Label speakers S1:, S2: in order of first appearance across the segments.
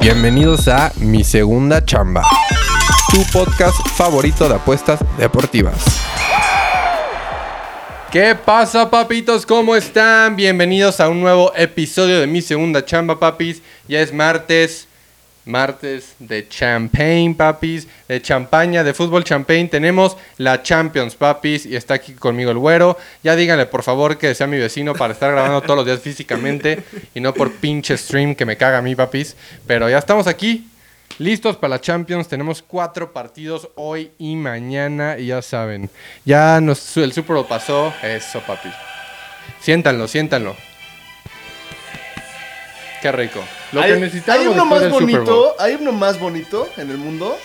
S1: Bienvenidos a Mi Segunda Chamba, tu podcast favorito de apuestas deportivas. ¿Qué pasa, papitos? ¿Cómo están? Bienvenidos a un nuevo episodio de Mi Segunda Chamba, papis. Ya es martes, martes de champagne, papis, de champaña, de fútbol champagne. Tenemos la Champions, papis, y está aquí conmigo el güero. Ya díganle, por favor, que sea mi vecino para estar grabando todos los días físicamente y no por pinche stream que me caga a mí, papis. Pero ya estamos aquí, listos para la Champions. Tenemos cuatro partidos hoy y mañana, y ya saben, ya nos, el Super Bowl pasó. Eso, papi. Siéntanlo, siéntanlo. Qué rico. Lo
S2: hay,
S1: que necesitamos
S2: hay uno
S1: después
S2: más
S1: del Super Bowl.
S2: bonito, hay uno más bonito en el mundo.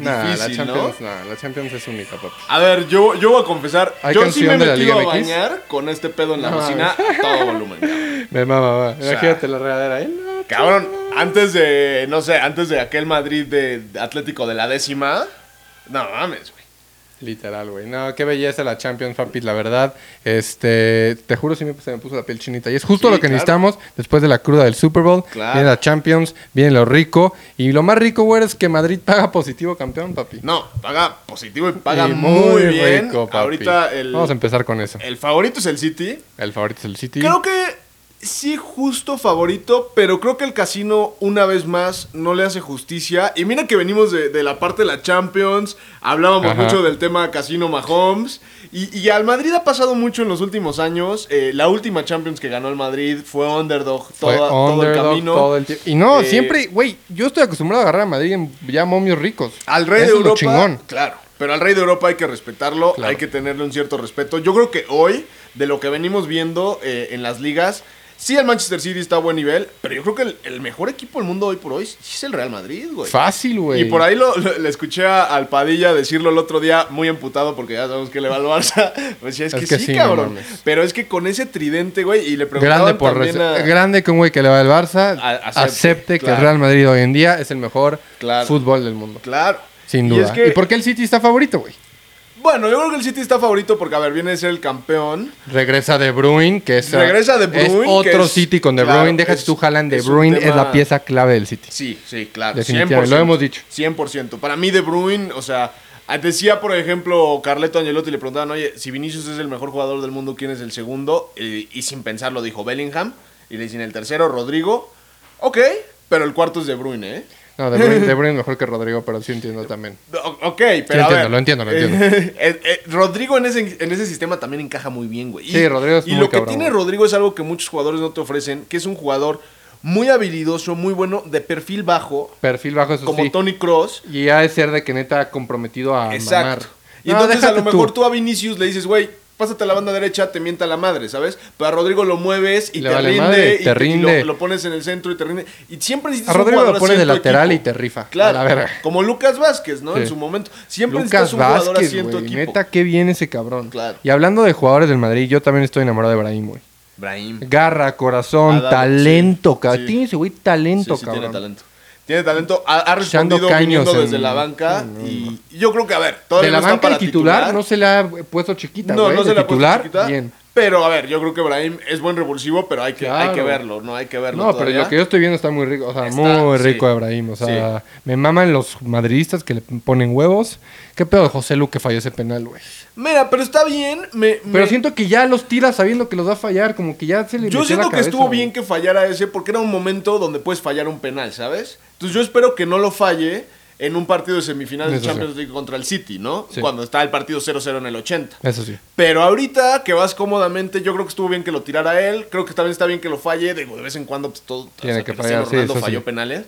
S1: Nah,
S2: Difícil,
S1: la
S2: ¿no?
S1: Champions, nah, la Champions es única, papi.
S2: A ver, yo, yo voy a confesar,
S1: ¿Hay
S2: yo sí
S1: canción
S2: me he
S1: de la
S2: metido a
S1: Liga MX?
S2: bañar con este pedo en la
S1: No,
S2: cocina a todo volumen. cabrón.
S1: Me mama, va. Imagínate
S2: Imagínate
S1: la regadera, ¿eh?
S2: Cabrón, antes de, no sé, antes de aquel Madrid de Atlético de la décima, no mames, güey.
S1: Literal, güey. No, qué belleza la Champions, papi, la verdad. Este, te juro, sí me, se me puso la piel chinita. Y es justo
S2: Sí,
S1: lo que
S2: claro.
S1: necesitamos después de la cruda del Super Bowl.
S2: Claro.
S1: Viene la Champions, viene lo rico. Y lo más rico, güey, es que Madrid paga positivo campeón, papi.
S2: No, paga positivo y paga
S1: Y
S2: muy, bien. Ahorita el,
S1: Vamos a empezar con eso.
S2: el favorito es el City.
S1: El favorito es el City.
S2: Creo que sí, justo favorito, pero creo que el casino, una vez más, no le hace justicia. Y mira que venimos de, de la parte de la Champions, hablábamos
S1: Ajá.
S2: mucho del tema casino Mahomes. Y, y al Madrid ha pasado mucho en los últimos años. Eh, la última Champions que ganó el Madrid fue underdog,
S1: Fue
S2: toda- todo el
S1: underdog
S2: camino.
S1: todo el tiempo. Y no,
S2: Eh,
S1: siempre, güey, yo estoy acostumbrado a agarrar a Madrid en ya momios ricos.
S2: Al rey
S1: Eso
S2: de
S1: es lo
S2: Europa.
S1: chingón.
S2: Claro. Pero al rey de Europa hay que respetarlo,
S1: Claro.
S2: hay que tenerle un cierto respeto. Yo creo que hoy, de lo que venimos viendo eh, en las ligas, sí el Manchester City está a buen nivel, pero yo creo que el, el mejor equipo del mundo hoy por hoy sí es el Real Madrid, güey.
S1: Fácil, güey.
S2: Y por ahí lo, lo- le escuché a, al Padilla decirlo el otro día, muy emputado porque ya sabemos que le va al Barça. Pues sí, es, que, sí,
S1: no
S2: cabrón.
S1: mames.
S2: pero es que con ese tridente, güey, y le
S1: Grande,
S2: preguntaban
S1: por
S2: también
S1: rece-
S2: a-
S1: grande que un güey que le va al Barça
S2: A-
S1: acepte,
S2: acepte,
S1: que
S2: claro.
S1: el Real Madrid hoy en día es el mejor
S2: Claro.
S1: fútbol del mundo.
S2: Claro.
S1: Sin
S2: Y
S1: duda. ¿Y,
S2: es que-
S1: por qué el City está favorito, güey?
S2: Bueno, yo creo que el City está favorito porque, a ver, viene de ser el campeón.
S1: Regresa De Bruyne, que es,
S2: Regresa De
S1: es
S2: Bruyne, que
S1: otro
S2: es-
S1: City con De
S2: claro,
S1: Bruyne. Déjate
S2: es-
S1: tú, Haaland, De
S2: es un
S1: Bruyne es
S2: tema-
S1: la pieza clave del City.
S2: Sí, sí, claro.
S1: Definitivamente, lo hemos dicho.
S2: 100%. Para mí, De Bruyne, o sea, decía, por ejemplo, Carleto Angelotti, le preguntaban, oye, si Vinicius es el mejor jugador del mundo, ¿quién es el segundo? Eh, Y, y sin pensarlo dijo Bellingham. Y le dicen el tercero, Rodrigo. Ok, pero el cuarto es De Bruyne, ¿eh?
S1: No, De Bruyne, De Bruyne es mejor que Rodrigo, pero sí entiendo también.
S2: O- Ok, pero. a
S1: entiendo,
S2: ver,
S1: lo entiendo, lo
S2: eh,
S1: entiendo.
S2: eh, eh, Rodrigo en ese, en ese sistema también encaja muy bien, güey. Y-
S1: Sí, Rodrigo es
S2: Y
S1: muy
S2: lo que
S1: cabrón,
S2: tiene
S1: güey.
S2: Rodrigo es algo que muchos jugadores no te ofrecen, que es un jugador muy habilidoso, muy bueno, de perfil bajo,
S1: Perfil bajo, eso
S2: como
S1: sí.
S2: Tony Cross.
S1: Y ha de ser de que neta comprometido a
S2: Exacto.
S1: mamar.
S2: Y
S1: No,
S2: entonces a
S1: déjate
S2: lo mejor tú. a Vinicius le dices, güey, pásate a la banda derecha, te mienta la madre, ¿sabes? Pero a Rodrigo lo mueves y
S1: Le
S2: te
S1: vale
S2: rinde.
S1: madre,
S2: y
S1: te rinde.
S2: y lo, lo pones en el centro y te rinde. Y siempre necesitas
S1: A
S2: un
S1: Rodrigo lo
S2: jugador
S1: pones
S2: así
S1: de
S2: en tu
S1: latero y
S2: equipo.
S1: te rifa.
S2: Claro.
S1: A la verga.
S2: Como Lucas Vázquez, ¿no?
S1: Sí.
S2: En su momento. Siempre
S1: Lucas
S2: necesitas un jugador
S1: Vázquez,
S2: así en tu
S1: güey.
S2: equipo.
S1: Neta, qué bien ese cabrón.
S2: Claro.
S1: Y hablando de jugadores del Madrid, yo también estoy enamorado de Brahim, güey.
S2: Brahim.
S1: Garra, corazón,
S2: Ha dado,
S1: talento,
S2: sí,
S1: cabrón.
S2: sí.
S1: Tiene ese güey talento,
S2: Sí, sí,
S1: cabrón.
S2: tiene talento. Tiene talento, ha, ha
S1: Echando
S2: respondido
S1: caños
S2: viniendo
S1: en-
S2: desde la banca.
S1: Sí, no,
S2: y yo creo que, a ver, todavía
S1: De la
S2: no está
S1: banca al
S2: para
S1: titular, no se le ha puesto chiquita, güey. De
S2: la puedo
S1: titular,
S2: chiquita,
S1: bien.
S2: Pero a ver, yo creo que Brahim es buen revulsivo, pero hay que, hay que
S1: Claro.
S2: verlo, ¿no? Hay que verlo.
S1: No, pero
S2: todavía.
S1: lo que yo estoy viendo está muy rico. O sea,
S2: Está,
S1: muy
S2: sí.
S1: rico Ibrahim. O sea, me maman los madridistas que le ponen huevos. Qué pedo de José Lu que falló ese penal, güey.
S2: Mira, pero está bien. Me,
S1: Pero
S2: me-
S1: siento que ya los tira sabiendo que los va a fallar. Como que ya se le metió
S2: Yo
S1: la
S2: siento que
S1: cabeza,
S2: estuvo
S1: güey.
S2: bien que fallara ese porque era un momento donde puedes fallar un penal, ¿sabes? Entonces yo espero que no lo falle en un partido de semifinal de
S1: Eso sí.
S2: Champions League contra el City, ¿no?
S1: Sí.
S2: Cuando está el partido 0-0 en el 80.
S1: Eso sí.
S2: Pero ahorita que vas cómodamente, yo creo que estuvo bien que lo tirara él. Creo que también está bien que lo falle. Digo, de vez en cuando, pues todo.
S1: Tiene que fallar,
S2: Cristiano
S1: sí,
S2: Ronaldo
S1: eso sí.
S2: falló penales.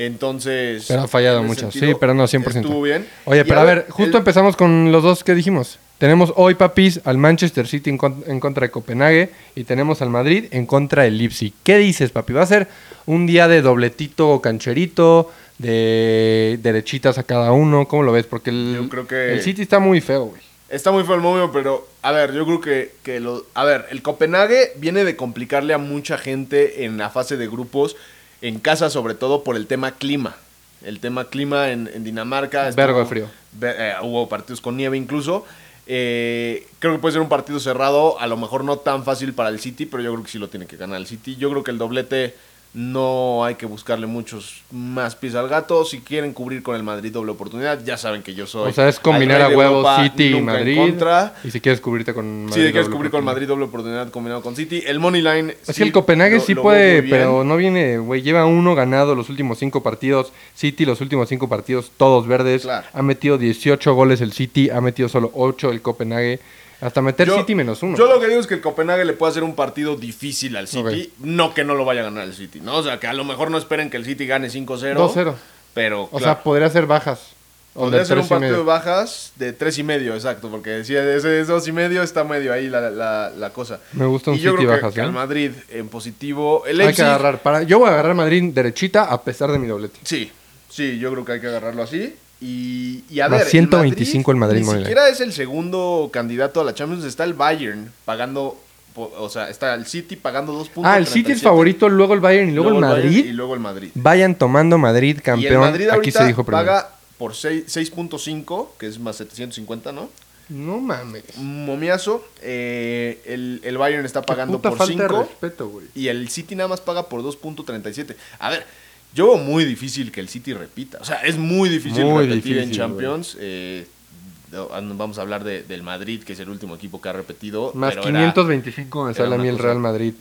S2: Entonces.
S1: Pero ha fallado
S2: en ese
S1: muchas, sí,
S2: sentido,
S1: pero no 100%.
S2: Estuvo bien.
S1: Oye,
S2: Y
S1: pero a ver, justo
S2: el-
S1: empezamos con los dos que dijimos. Tenemos hoy, papis, al Manchester City en, con- en contra de Copenhague y tenemos al Madrid en contra del Leipzig. ¿Qué dices, papi? ¿Va a ser un día de dobletito cancherito? de derechitas a cada uno. ¿Cómo lo ves? Porque el,
S2: Yo creo que-
S1: el City está muy feo, güey.
S2: Está muy feo el momio, pero a ver, yo creo que, que lo. A ver, el Copenhague viene de complicarle a mucha gente en la fase de grupos, en casa, sobre todo por el tema clima. El tema clima en, en Dinamarca.
S1: Vergo de frío.
S2: ve- eh, hubo partidos con nieve incluso. Eh, creo que puede ser un partido cerrado, a lo mejor no tan fácil para el City, pero yo creo que sí lo tiene que ganar el City. Yo creo que el doblete no hay que buscarle muchos más pies al gato. Si quieren cubrir con el Madrid doble oportunidad, ya saben que yo soy.
S1: O sea, es
S2: al
S1: combinar
S2: rey
S1: a
S2: de
S1: huevo
S2: Europa,
S1: City y
S2: nunca en
S1: Madrid.
S2: contra.
S1: Y si quieres cubrirte con Madrid.
S2: Sí, de que es
S1: doble
S2: cubrir con
S1: oportunidad.
S2: Madrid doble oportunidad combinado con City. El Money Line.
S1: Es
S2: sí,
S1: que el Copenhague
S2: lo-
S1: sí
S2: lo veo
S1: puede,
S2: muy bien.
S1: pero no viene, güey. Lleva uno ganado los últimos cinco partidos. City los últimos cinco partidos, todos verdes.
S2: Claro.
S1: Ha metido 18 goles el City, ha metido solo 8 el Copenhague. Hasta meter
S2: Yo-
S1: City menos uno.
S2: Yo lo que digo es que el Copenhague le puede hacer un partido difícil al City.
S1: Ok.
S2: No que no lo vaya a ganar el City, ¿no? O sea, que a lo mejor no esperen que el City gane 5-0.
S1: 2-0.
S2: Pero,
S1: o
S2: claro,
S1: sea, podría ser bajas. O
S2: podría
S1: de
S2: ser un
S1: tres y
S2: partido de
S1: medio.
S2: bajas de 3 y medio, exacto. Porque decía, ese es 2 y medio, está medio ahí la, la- la cosa.
S1: Me gusta un
S2: y yo
S1: City
S2: creo que-
S1: bajas,
S2: que
S1: ¿eh?
S2: al Madrid en positivo. El
S1: Hay que
S2: Leipzig-
S1: agarrar. Para, yo voy a agarrar Madrid derechita a pesar de mi doblete.
S2: Sí, sí, yo creo que hay que agarrarlo así. Y, y a
S1: Más
S2: ver. el
S1: 125 el Madrid,
S2: Ni
S1: Moneyline.
S2: siquiera es el segundo candidato a la Champions. Está el Bayern pagando. po- O sea, está el City pagando dos puntos.
S1: Ah, el City es favorito, luego el Bayern y luego, el Madrid.
S2: Y luego el Madrid.
S1: Vayan tomando Madrid campeón.
S2: y el Madrid
S1: Aquí
S2: ahorita
S1: se dijo primero.
S2: paga por seis- 6.5, que es más 750, ¿no?
S1: No mames. Qué
S2: Un momiazo. Eh, el, el Bayern está pagando
S1: puta
S2: por
S1: falta de
S2: 5.
S1: respeto, güey.
S2: Y el City nada más paga por 2.37. A ver, yo veo muy difícil que el City repita. O sea, es muy difícil
S1: Muy
S2: repetir en
S1: difícil,
S2: Champions. Eh, no, vamos a hablar de- del Madrid, que es el último equipo que ha repetido.
S1: Más
S2: pero era-
S1: 525 me
S2: era
S1: sale a
S2: una
S1: mí el
S2: cosa-
S1: Real Madrid.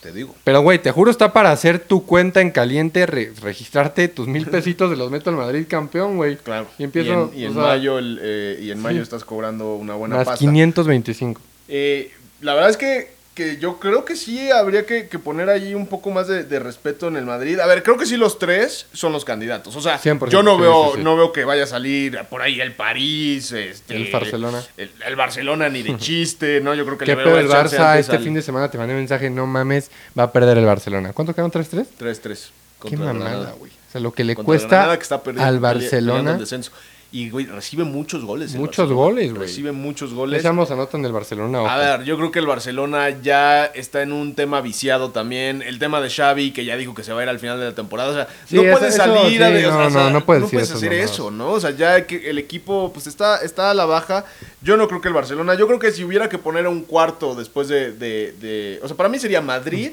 S2: Te digo.
S1: Pero, güey, te juro, está para hacer tu cuenta en caliente, re- registrarte tus mil pesitos de los meto al Madrid campeón, güey.
S2: Claro.
S1: Y empiezo.
S2: y en, y en
S1: o sea,
S2: mayo, el, eh, y en mayo
S1: sí.
S2: estás cobrando una buena
S1: Más
S2: pasta.
S1: 525.
S2: Eh, la verdad es que, que yo creo que sí habría que, que poner ahí un poco más de, de respeto en el Madrid. A ver, creo que sí los tres son los candidatos. O sea,
S1: 100%,
S2: yo no
S1: sí,
S2: veo,
S1: sí, sí.
S2: no veo que vaya a salir por ahí el París, este,
S1: El Barcelona.
S2: El, el Barcelona ni de chiste, ¿no? Yo creo que
S1: ¿Qué
S2: le
S1: pedo
S2: veo
S1: el Barça? Este fin de semana te mandé un mensaje, no mames, va a perder el Barcelona. ¿Cuánto quedaron? ¿3-3?
S2: 3-3.
S1: Qué
S2: contra
S1: mamada,
S2: Granada.
S1: güey. O sea, lo que le
S2: Contra
S1: cuesta
S2: Granada, que está perdi-
S1: al
S2: pele- peleando
S1: Barcelona.
S2: el descenso. Y, güey, recibe muchos goles. el
S1: Muchos
S2: Barcelona.
S1: goles, güey.
S2: Recibe muchos
S1: Les
S2: goles.
S1: echamos anotan del Barcelona. ojo.
S2: A ver, yo creo que el Barcelona ya está en un tema viciado también. El tema de Xavi, que ya dijo que se va a ir al final de la temporada. O sea,
S1: Sí,
S2: no
S1: eso-
S2: puedes
S1: eso,
S2: salir a
S1: sí,
S2: de- o
S1: no,
S2: sea,
S1: no, no puedes decir esas
S2: hacer
S1: mamadas.
S2: eso, ¿no? O sea, ya que el equipo pues está, está a la baja. Yo no creo que el Barcelona. Yo creo que si hubiera que poner a un cuarto después de, de- de- O sea, para mí sería Madrid,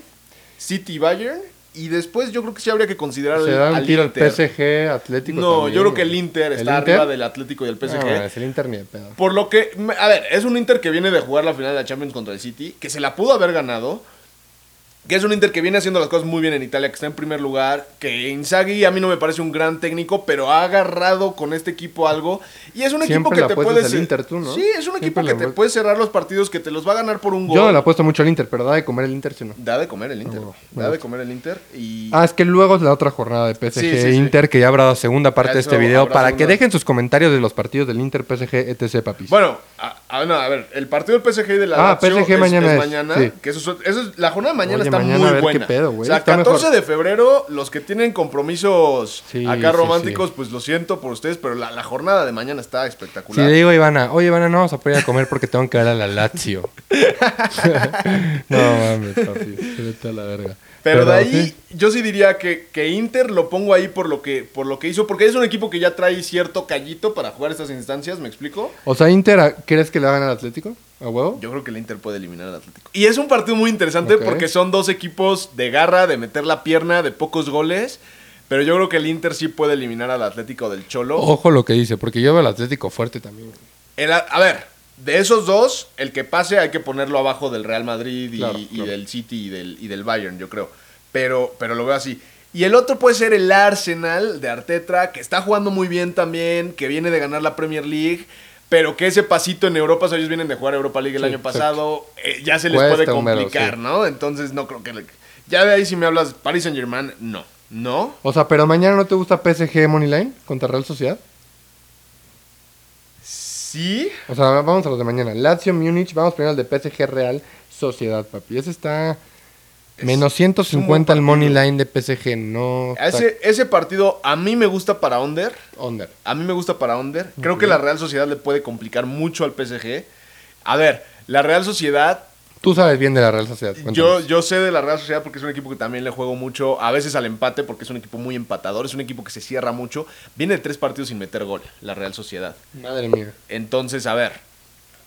S2: City, Bayern. Y después yo creo que sí habría que considerar
S1: Se
S2: al-
S1: da un
S2: al
S1: tiro al
S2: Inter.
S1: PSG, Atlético.
S2: No,
S1: también,
S2: yo creo que el
S1: güey.
S2: Inter
S1: ¿El
S2: está
S1: Inter? Ah,
S2: arriba del Atlético y del PSG.
S1: No, es el Inter ni de pedo.
S2: Por lo que, me- a ver, es un Inter que viene de jugar la final de la Champions contra el City, que se la pudo haber ganado, que es un Inter que viene haciendo las cosas muy bien en Italia, que está en primer lugar, que Inzaghi a mí no me parece un gran técnico, pero ha agarrado con este equipo algo y es un equipo
S1: Siempre
S2: que
S1: la
S2: te
S1: apuestas
S2: puede
S1: al
S2: cer-
S1: Inter tú, ¿no?
S2: Sí, es un
S1: Siempre
S2: equipo
S1: la
S2: que te
S1: apuestas.
S2: puede cerrar los partidos, que te los va a ganar por un gol.
S1: Yo no le apuesto Ah, mucho al Inter, pero da de comer el Inter si no.
S2: Da de comer el Inter,
S1: No, me
S2: da de
S1: gusta.
S2: comer el Inter y
S1: Ah, es que luego es la otra jornada de PSG
S2: Sí, sí, sí.
S1: Inter, que ya habrá segunda parte
S2: Ya
S1: de este
S2: eso
S1: video,
S2: habrá
S1: para
S2: segunda.
S1: que dejen sus comentarios de los partidos del Inter, PSG, etc, papis.
S2: Bueno, a, a- no, a ver, el partido del PSG y de la
S1: Ah,
S2: Lazio
S1: PSG
S2: es-
S1: mañana
S2: es
S1: es,
S2: mañana,
S1: sí.
S2: que eso es- eso es- la jornada de mañana
S1: Oye,
S2: está
S1: mañana
S2: muy
S1: a ver qué
S2: buena.
S1: pedo, güey,
S2: o sea,
S1: está
S2: 14
S1: mejor.
S2: de febrero, los que tienen compromisos
S1: Sí,
S2: acá
S1: sí,
S2: románticos,
S1: sí.
S2: pues lo siento por ustedes, pero la, la jornada de mañana está
S1: si
S2: espectacular.
S1: le digo a Ivana, oye Ivana, no vamos a poder ir a comer porque tengo que ver a la Lazio. no mames, papi, vete a la verga.
S2: Pero, de ahí
S1: sí.
S2: yo sí diría que, que Inter lo pongo ahí por lo que por lo que hizo, porque es un equipo que ya trae cierto callito para jugar estas instancias, ¿me explico?
S1: O sea, Inter, ¿a- ¿crees que le hagan al Atlético? ¿A huevo?
S2: Yo creo que el Inter puede eliminar al Atlético. Y es un partido muy interesante
S1: Ok.
S2: porque son dos equipos de garra, de meter la pierna, de pocos goles. Pero yo creo que el Inter sí puede eliminar al Atlético del Cholo.
S1: Ojo lo que dice, porque yo veo al Atlético fuerte también.
S2: El a- a ver, de esos dos, el que pase hay que ponerlo abajo del Real Madrid y,
S1: Claro,
S2: y
S1: claro.
S2: del City y del, y del Bayern, yo creo. Pero, pero lo veo así. Y el otro puede ser el Arsenal de Artetra, que está jugando muy bien también, que viene de ganar la Premier League, pero que ese pasito en Europa, o sea, ellos vienen de jugar Europa League el
S1: Sí,
S2: año
S1: exacto.
S2: pasado, eh, ya se les
S1: Cuesta
S2: puede
S1: un vero,
S2: complicar,
S1: sí.
S2: ¿no? Entonces no creo que... le- Ya de ahí si me hablas Paris Saint Germain, no. ¿No?
S1: O sea, pero mañana no te gusta PSG Moneyline contra Real Sociedad.
S2: Sí.
S1: O sea, vamos a los de mañana. Lazio, Múnich, vamos primero al de PSG Real Sociedad, papi. Ese está. Menos
S2: buen
S1: 150 el money line de PSG. No.
S2: A Ese, ese partido a mí me gusta para Under.
S1: está under.
S2: A mí me gusta para Under. Creo que la Real Sociedad le puede complicar mucho al PSG. A ver, la Real Sociedad
S1: Tú sabes bien de la Real Sociedad.
S2: Yo,
S1: cuéntanos.
S2: yo sé de la Real Sociedad porque es un equipo que también le juego mucho, a veces al empate porque es un equipo muy empatador, es un equipo que se cierra mucho. Viene de tres partidos sin meter gol, la Real Sociedad.
S1: Madre mía.
S2: Entonces, a ver,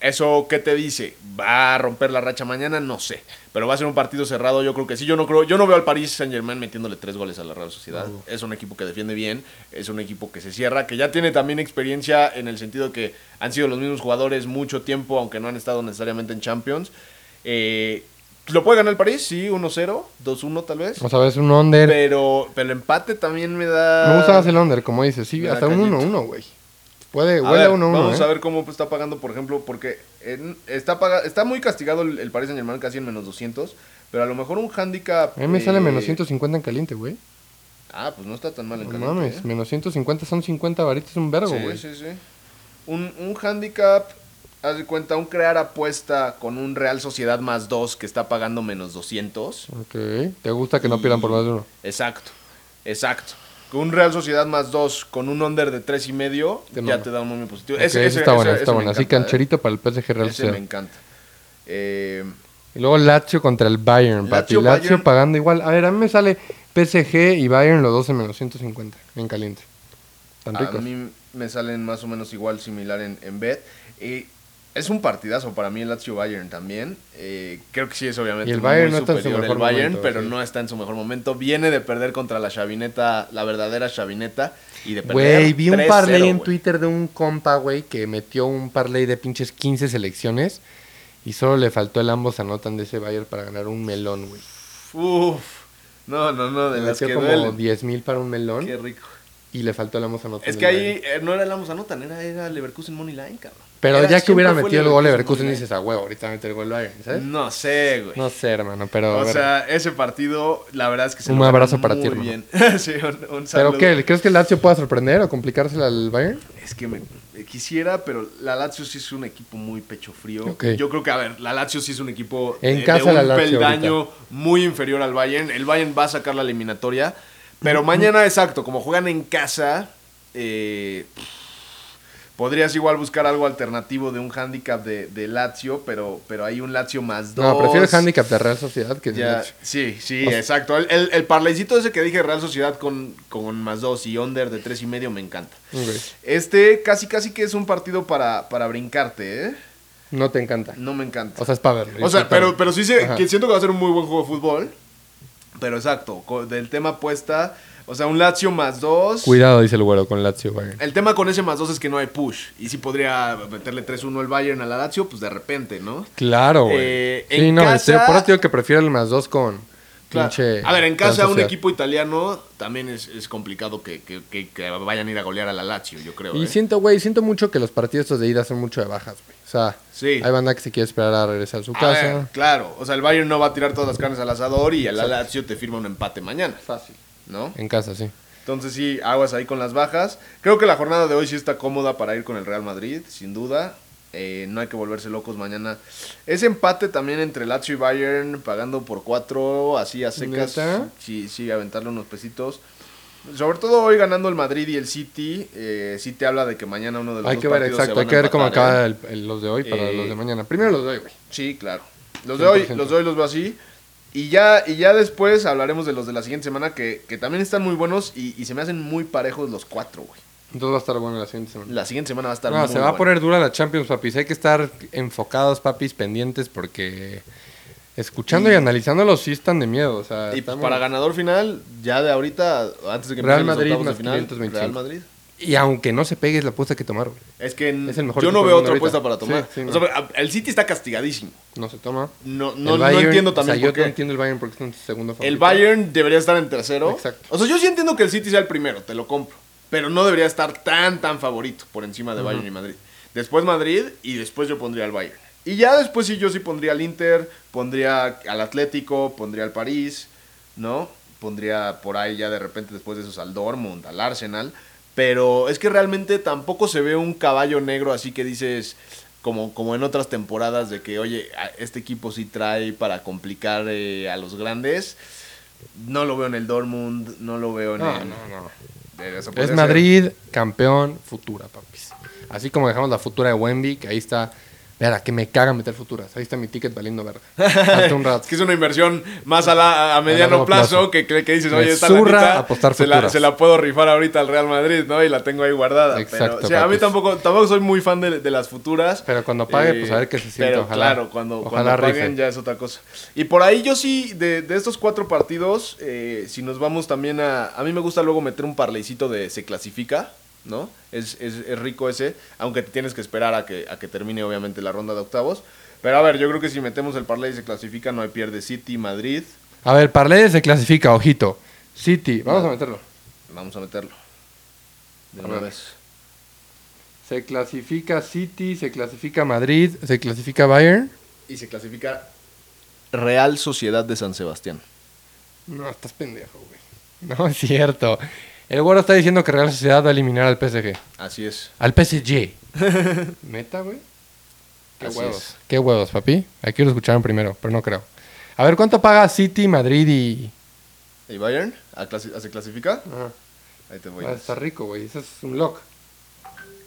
S2: ¿eso qué te dice? ¿Va a romper la racha mañana? No sé. Pero va a ser un partido cerrado, yo creo que sí. Yo no creo, yo no veo al París Saint Germain metiéndole tres goles a la Real Sociedad. Es un equipo que defiende bien, es un equipo que se cierra, que ya tiene también experiencia en el sentido de que han sido los mismos jugadores mucho tiempo, aunque no han estado necesariamente en Champions. Eh, ¿Lo puede ganar el París? Sí, 1-0, 2-1 tal vez.
S1: Vamos a ver, es un under.
S2: Pero, pero el empate también me da...
S1: Me gusta más el under, como dices. Sí,
S2: Me da
S1: hasta un
S2: cañito.
S1: 1-1, güey. Puede,
S2: A
S1: huele a
S2: ver,
S1: 1-1.
S2: Vamos
S1: ¿eh?
S2: a ver cómo pues, está pagando, por ejemplo, porque en- está, paga- está muy castigado el, el Paris Saint Germain casi en menos 200, pero a lo mejor un handicap.
S1: A mí me sale
S2: eh,
S1: menos 150 en caliente, güey.
S2: Ah, pues no está tan mal en
S1: No
S2: caliente,
S1: mames,
S2: ¿eh?
S1: menos 150 son 50 varitos, es un vergo, güey.
S2: Sí, sí, sí. Un, un handicap, haz de cuenta, un crear apuesta con un Real Sociedad más 2 que está pagando menos 200.
S1: Ok, ¿te gusta que no pierdan por más de uno?
S2: Exacto, exacto. Con un Real Sociedad más 2 con un under de 3,5
S1: Te
S2: ya
S1: mama.
S2: te da un muy positivo.
S1: Ok,
S2: Ese-
S1: eso
S2: ese-
S1: está
S2: ese-
S1: bueno, eso
S2: ese
S1: está
S2: me
S1: bueno. Así
S2: encanta, ¿eh?
S1: cancherito para el PSG Real
S2: Ese me
S1: Sociedad.
S2: encanta. Eh,
S1: Y luego Lazio contra el Bayern, papi.
S2: Lazio,
S1: Lazio
S2: Bayern.
S1: pagando igual. A ver, a mí me sale PSG y Bayern los dos en menos 150 en caliente. Tan
S2: a
S1: ricos.
S2: mí me salen más o menos igual, similar en, en bet. Eh, es un partidazo para mí el Lazio Bayern también. Eh, creo que sí es obviamente
S1: Y el Bayern no está en su
S2: superior
S1: mejor
S2: el Bayern,
S1: momento,
S2: pero
S1: sí.
S2: no está en su mejor momento. Viene de perder contra la chavineta, la verdadera chavineta. Y de perder
S1: Güey, vi un
S2: 3-0,
S1: parlay en
S2: güey.
S1: Twitter de un compa, güey, que metió un parlay de pinches 15 selecciones y solo le faltó el ambos anotan de ese Bayern para ganar un melón, güey.
S2: Uf, no, no, no, de
S1: Le
S2: las
S1: metió
S2: que
S1: como
S2: duelen.
S1: 10 mil para un melón
S2: Qué rico.
S1: y le faltó el ambos anotan.
S2: Es
S1: del
S2: que
S1: Bayern.
S2: ahí eh, no era Lamos Anotan, era, era Leverkusen Money Line, cabrón.
S1: Pero
S2: Era-
S1: ya que hubiera
S2: siempre fue
S1: metido el gol Leverkusen,
S2: Leverkusen Money
S1: dices a huevo, ahorita mete el gol Bayern,
S2: Line.
S1: ¿sabes?
S2: No sé, güey.
S1: No sé, hermano, pero. a
S2: O
S1: ver.
S2: sea, ese partido, la verdad es que se
S1: Un
S2: lo sacaron
S1: abrazo para ti,
S2: Muy
S1: hermano.
S2: bien. sí, un, un
S1: ¿Pero
S2: saludo.
S1: qué? ¿Crees que el Lazio pueda sorprender o complicársela al Bayern?
S2: Es que me, me quisiera, pero la Lazio sí es un equipo muy pecho frío.
S1: Ok.
S2: Yo creo que, a ver, la Lazio sí es un equipo
S1: En
S2: de,
S1: casa
S2: de un
S1: la Lazio
S2: peldaño muy inferior al Bayern. El Bayern va a sacar la eliminatoria. Pero mañana, exacto, como juegan en casa, eh, podrías igual buscar algo alternativo de un handicap de, de Lazio, pero, pero hay un Lazio más dos.
S1: No, prefiero el handicap de Real Sociedad que el
S2: Ya,
S1: Lazio.
S2: sí, sí, exacto. El, el, el parlaycito ese que dije Real Sociedad con, con más dos y under de tres y medio me encanta.
S1: Ok.
S2: Este casi casi que es un partido para, para brincarte, ¿eh?
S1: No te encanta.
S2: No me encanta.
S1: O sea, es para verlo.
S2: O sea, pero, pero sí sé
S1: Ajá.
S2: que siento que va a ser un muy buen juego de fútbol. Pero exacto, co- del tema apuesta, o sea, un Lazio más dos.
S1: Cuidado, dice el güero, con Lazio Bayern.
S2: El tema con ese más dos es que no hay push. Y si podría meterle 3-1 el Bayern a la Lazio, pues de repente, ¿no?
S1: Claro, güey.
S2: Eh,
S1: sí,
S2: en
S1: no,
S2: casa-
S1: estoy- por eso digo que prefiero el más dos con
S2: Claro.
S1: pinche.
S2: a ver, en
S1: Real
S2: casa un
S1: Sociedad.
S2: equipo italiano también es, es complicado que, que- que- que vayan a ir a golear a la Lazio, yo creo.
S1: Y
S2: ¿eh?
S1: siento, güey, siento mucho que los partidos estos de ida son mucho de bajas, güey. O sea,
S2: Sí.
S1: hay banda que se quiere esperar a regresar a su
S2: A
S1: casa.
S2: ver, claro, o sea, el Bayern no va a tirar todas las carnes al asador y el Lazio te firma un empate mañana,
S1: Fácil.
S2: ¿no?
S1: En casa, sí.
S2: Entonces sí, aguas ahí con las bajas. Creo que la jornada de hoy sí está cómoda para ir con el Real Madrid, sin duda. Eh, no hay que volverse locos mañana. Ese empate también entre Lazio y Bayern, pagando por cuatro, así a secas.
S1: ¿Neta?
S2: Sí, sí, aventarle unos pesitos. Sobre todo hoy ganando el Madrid y el City. Eh, sí te habla de que mañana uno de los
S1: Hay
S2: dos
S1: que ver,
S2: partidos se
S1: exacto. Hay
S2: van a
S1: que ver cómo
S2: empatar,
S1: acaba
S2: ¿eh?
S1: el- el- los de hoy para
S2: Eh,
S1: los de mañana. Primero los de hoy, güey.
S2: Sí, claro. Los de hoy,
S1: 100%.
S2: los de hoy los veo así. Y ya, y ya después hablaremos de los de la siguiente semana que, que también están muy buenos y, y se me hacen muy parejos los cuatro, güey.
S1: Entonces va a estar bueno la siguiente semana.
S2: La siguiente semana va a estar
S1: No,
S2: muy
S1: se va a
S2: buena.
S1: poner dura la Champions, papis. Hay que estar enfocados, papis, pendientes, porque escuchando y,
S2: Y-
S1: analizándolos sí están de miedo. O sea,
S2: Y pues,
S1: estamos-
S2: para ganador final, ya de ahorita, antes de que
S1: Real
S2: empiecen los
S1: Madrid
S2: octavos
S1: más 525.
S2: Real Madrid.
S1: y aunque no se pegue, es la apuesta que tomar, güey.
S2: Es que n-
S1: Es el mejor
S2: yo
S1: equipo
S2: no
S1: del
S2: veo
S1: mundo
S2: otra apuesta para
S1: ahorita.
S2: tomar.
S1: Sí, sí,
S2: O
S1: no.
S2: sea, pero, a- el City está castigadísimo.
S1: No se toma.
S2: No,
S1: El
S2: no, no
S1: Bayern,
S2: entiendo
S1: o
S2: también
S1: sea, yo
S2: por qué.
S1: no entiendo el Bayern porque está en su segundo favorito.
S2: El Bayern debería estar en tercero.
S1: Exacto.
S2: O sea, yo sí entiendo que el City sea el primero, te lo compro. Pero no debería estar tan, tan favorito por encima de Bayern y Madrid. Después Madrid y después yo pondría al Bayern. Y ya después sí, yo sí pondría al Inter, pondría al Atlético, pondría al París, ¿no? Pondría por ahí ya de repente después de esos al Dortmund, al Arsenal. Pero es que realmente tampoco se ve un caballo negro así que dices, como, como en otras temporadas de que, oye, a- este equipo sí trae para complicar eh, a los grandes. No lo veo en el Dortmund, no lo veo en
S1: No,
S2: el...
S1: no, no.
S2: Eh, o sea, Ah. podría
S1: Es
S2: ser-
S1: Madrid, campeón, futura, papis. Así como dejamos la futura de Wemby, que ahí está. Verá, que me caga meter futuras. Ahí está mi ticket valiendo verga. Hasta un rato.
S2: Es que es una inversión más a, la- a mediano
S1: largo
S2: plazo,
S1: plazo.
S2: que, cree que dices,
S1: Me
S2: oye, esta
S1: zurra
S2: lanita
S1: apostar
S2: se, la,
S1: futuras.
S2: se la puedo rifar ahorita al Real Madrid, ¿no? Y la tengo ahí guardada.
S1: Exacto,
S2: pero, o sea, a mí
S1: papis.
S2: tampoco, tampoco soy muy fan de, de las futuras.
S1: Pero cuando pague, pues, a ver qué se siente,
S2: pero
S1: ojalá.
S2: Claro, cuando,
S1: Ojalá
S2: cuando paguen
S1: rife.
S2: ya es otra cosa. Y por ahí yo sí, de, de estos cuatro partidos, eh, si nos vamos también a... A mí me gusta luego meter un parleycito de se clasifica, ¿no? Es, es, es rico ese, aunque te tienes que esperar a que, a que termine obviamente la ronda de octavos. Pero a ver, yo creo que si metemos el parlay y se clasifica, no hay pierde City, Madrid.
S1: A ver, Parley se clasifica, ojito. City, vamos a meterlo.
S2: Vamos a meterlo. De
S1: A
S2: una
S1: ver.
S2: vez.
S1: Se clasifica City, se clasifica Madrid, se clasifica Bayern.
S2: Y se clasifica Real Sociedad de San Sebastián.
S1: No, estás pendejo, güey. No es cierto. El güero está diciendo que Real Sociedad va a eliminar al PSG.
S2: Así es.
S1: Al PSG. ¿Meta, güey? Qué
S2: Así
S1: huevos.
S2: es.
S1: Qué huevos, papi. Aquí lo escucharon primero, pero no creo. A ver, ¿cuánto paga City, Madrid y.
S2: ¿Y Bayern? ¿A clasi- a ¿Se clasifica?
S1: Ah,
S2: Ahí te voy.
S1: está rico, güey. Ese es un lock.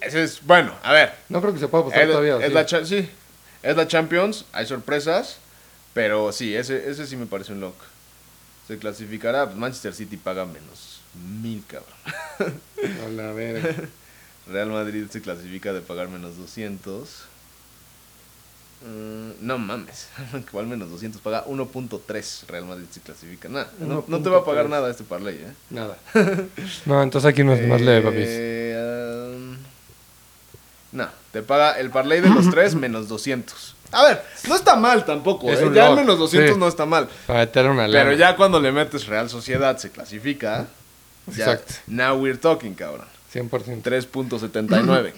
S2: Ese es, bueno, a ver.
S1: No creo que se pueda apostar
S2: Es,
S1: todavía.
S2: es
S1: sí.
S2: la cha- sí. Es la Champions, hay sorpresas, pero sí, ese, ese sí me parece un lock. Se clasificará, pues, Manchester City paga menos. Mil cabrón.
S1: A la verga.
S2: Real Madrid se clasifica de pagar menos 200. Mm, no mames, ¿cuál menos 200? Paga 1.3 Real Madrid se clasifica. Nah, no, no te va a pagar
S1: 1.3.
S2: nada este parlay, ¿eh?
S1: Nada. No, entonces aquí no es más leve, papis.
S2: Eh, um, No, te paga el parlay de los tres menos 200. A ver, no está mal tampoco.
S1: Es
S2: ¿eh?
S1: un
S2: Ya
S1: log,
S2: menos 200
S1: sí.
S2: no está mal.
S1: Para meter una lana.
S2: Pero ya cuando le metes Real Sociedad se clasifica. ya-
S1: Exacto.
S2: Now we're talking, cabrón.
S1: 100%.
S2: 3.79.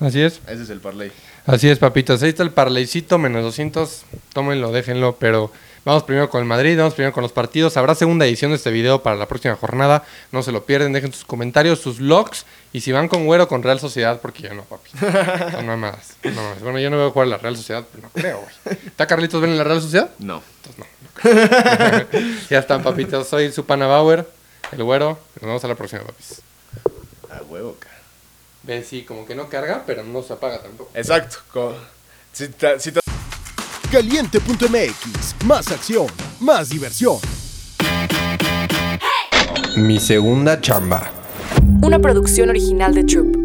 S1: Así es.
S2: Ese es el parlay.
S1: Así es, papitos. Ahí está el parleycito, menos 200. Tómenlo, déjenlo, pero vamos primero con el Madrid, vamos primero con los partidos. Habrá segunda edición de este video para la próxima jornada. No se lo pierden, dejen sus comentarios, sus logs. Y si van con Güero, con Real Sociedad, porque yo no, papi. Son mamadas, son mamadas. Bueno, yo no veo jugar a la Real Sociedad, pero no creo, güey. ¿Está Carlitos ven en la Real Sociedad?
S2: No.
S1: ya están, papitos. Soy su pana Bauer, el Güero. Nos vemos a la próxima, papis.
S2: A huevo, cara.
S1: Ven, sí, como que no carga, pero no se apaga tampoco.
S2: Exacto. co- Si te- si te
S3: Caliente.mx. Más acción, más diversión.
S1: Mi segunda chamba.
S4: Una producción original de Troop.